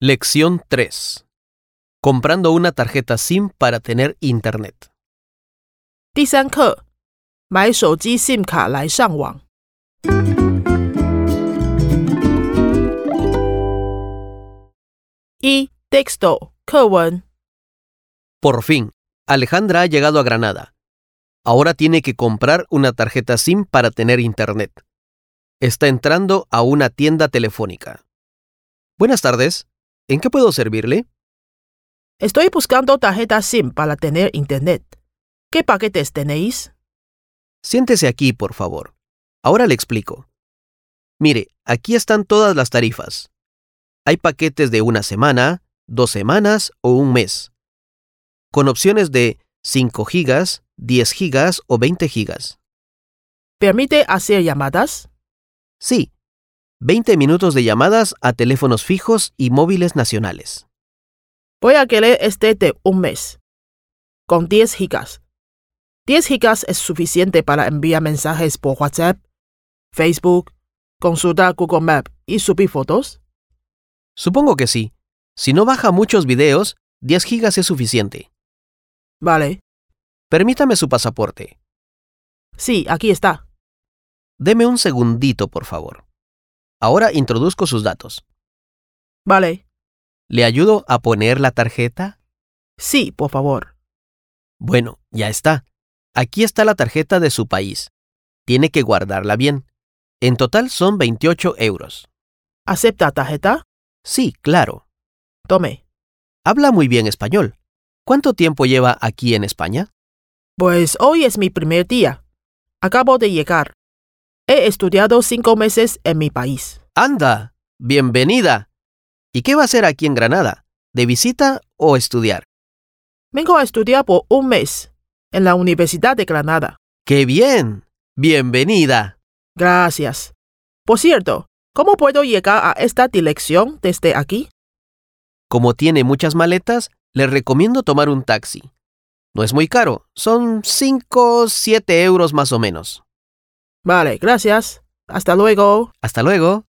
Lección 3. Comprando una tarjeta SIM para tener Internet. 第三课，买手机 SIM 卡来上网。一 texto 课文 Por fin, Alejandra ha llegado a Granada. Ahora tiene que comprar una tarjeta SIM para tener Internet. Está entrando a una tienda telefónica. Buenas tardes. ¿En qué puedo servirle? estoy buscando tarjeta SIM para tener internet. ¿Qué paquetes tenéis? Siéntese aquí, por favor. Ahora le explico. Mire, aquí están todas las tarifas. Hay paquetes de una semana, dos semanas o un mes. Con opciones de 5 gigas, 10 gigas o 20 gigas. Permite hacer llamadas. Sí, 20 minutos de llamadas a teléfonos fijos y móviles nacionales. Voy a querer este de un mes con 10 gigas. 10 gigas es suficiente para enviar mensajes por WhatsApp, Facebook, consultar Google Maps y subir fotos. Supongo que sí. Si no baja muchos videos, 10 gigas es suficiente. Vale. Permítame su pasaporte. Sí, aquí está. Deme un segundito, por favor. Ahora introduzco sus datos. Vale. ¿Le ayudo a poner la tarjeta? Sí, por favor. Bueno, ya está. Aquí está la tarjeta de su país. Tiene que guardarla bien. En total son 28 euros. ¿Acepta tarjeta? Sí, claro. Tome. Habla muy bien español. ¿Cuánto tiempo lleva aquí en España? Pues hoy es mi primer día. Acabo de llegar. He estudiado cinco meses en mi país. Anda, bienvenida. ¿Y qué va a hacer aquí en Granada? ¿De visita o estudiar? Vengo a estudiar por un mes en la Universidad de Granada. ¡Qué bien! Bienvenida. Gracias. Por cierto, ¿cómo puedo llegar a esta dirección desde aquí? Como tiene muchas maletas, le recomiendo tomar un taxi. No es muy caro, son 5 o 7 euros más o menos. Vale, gracias. Hasta luego. Hasta luego.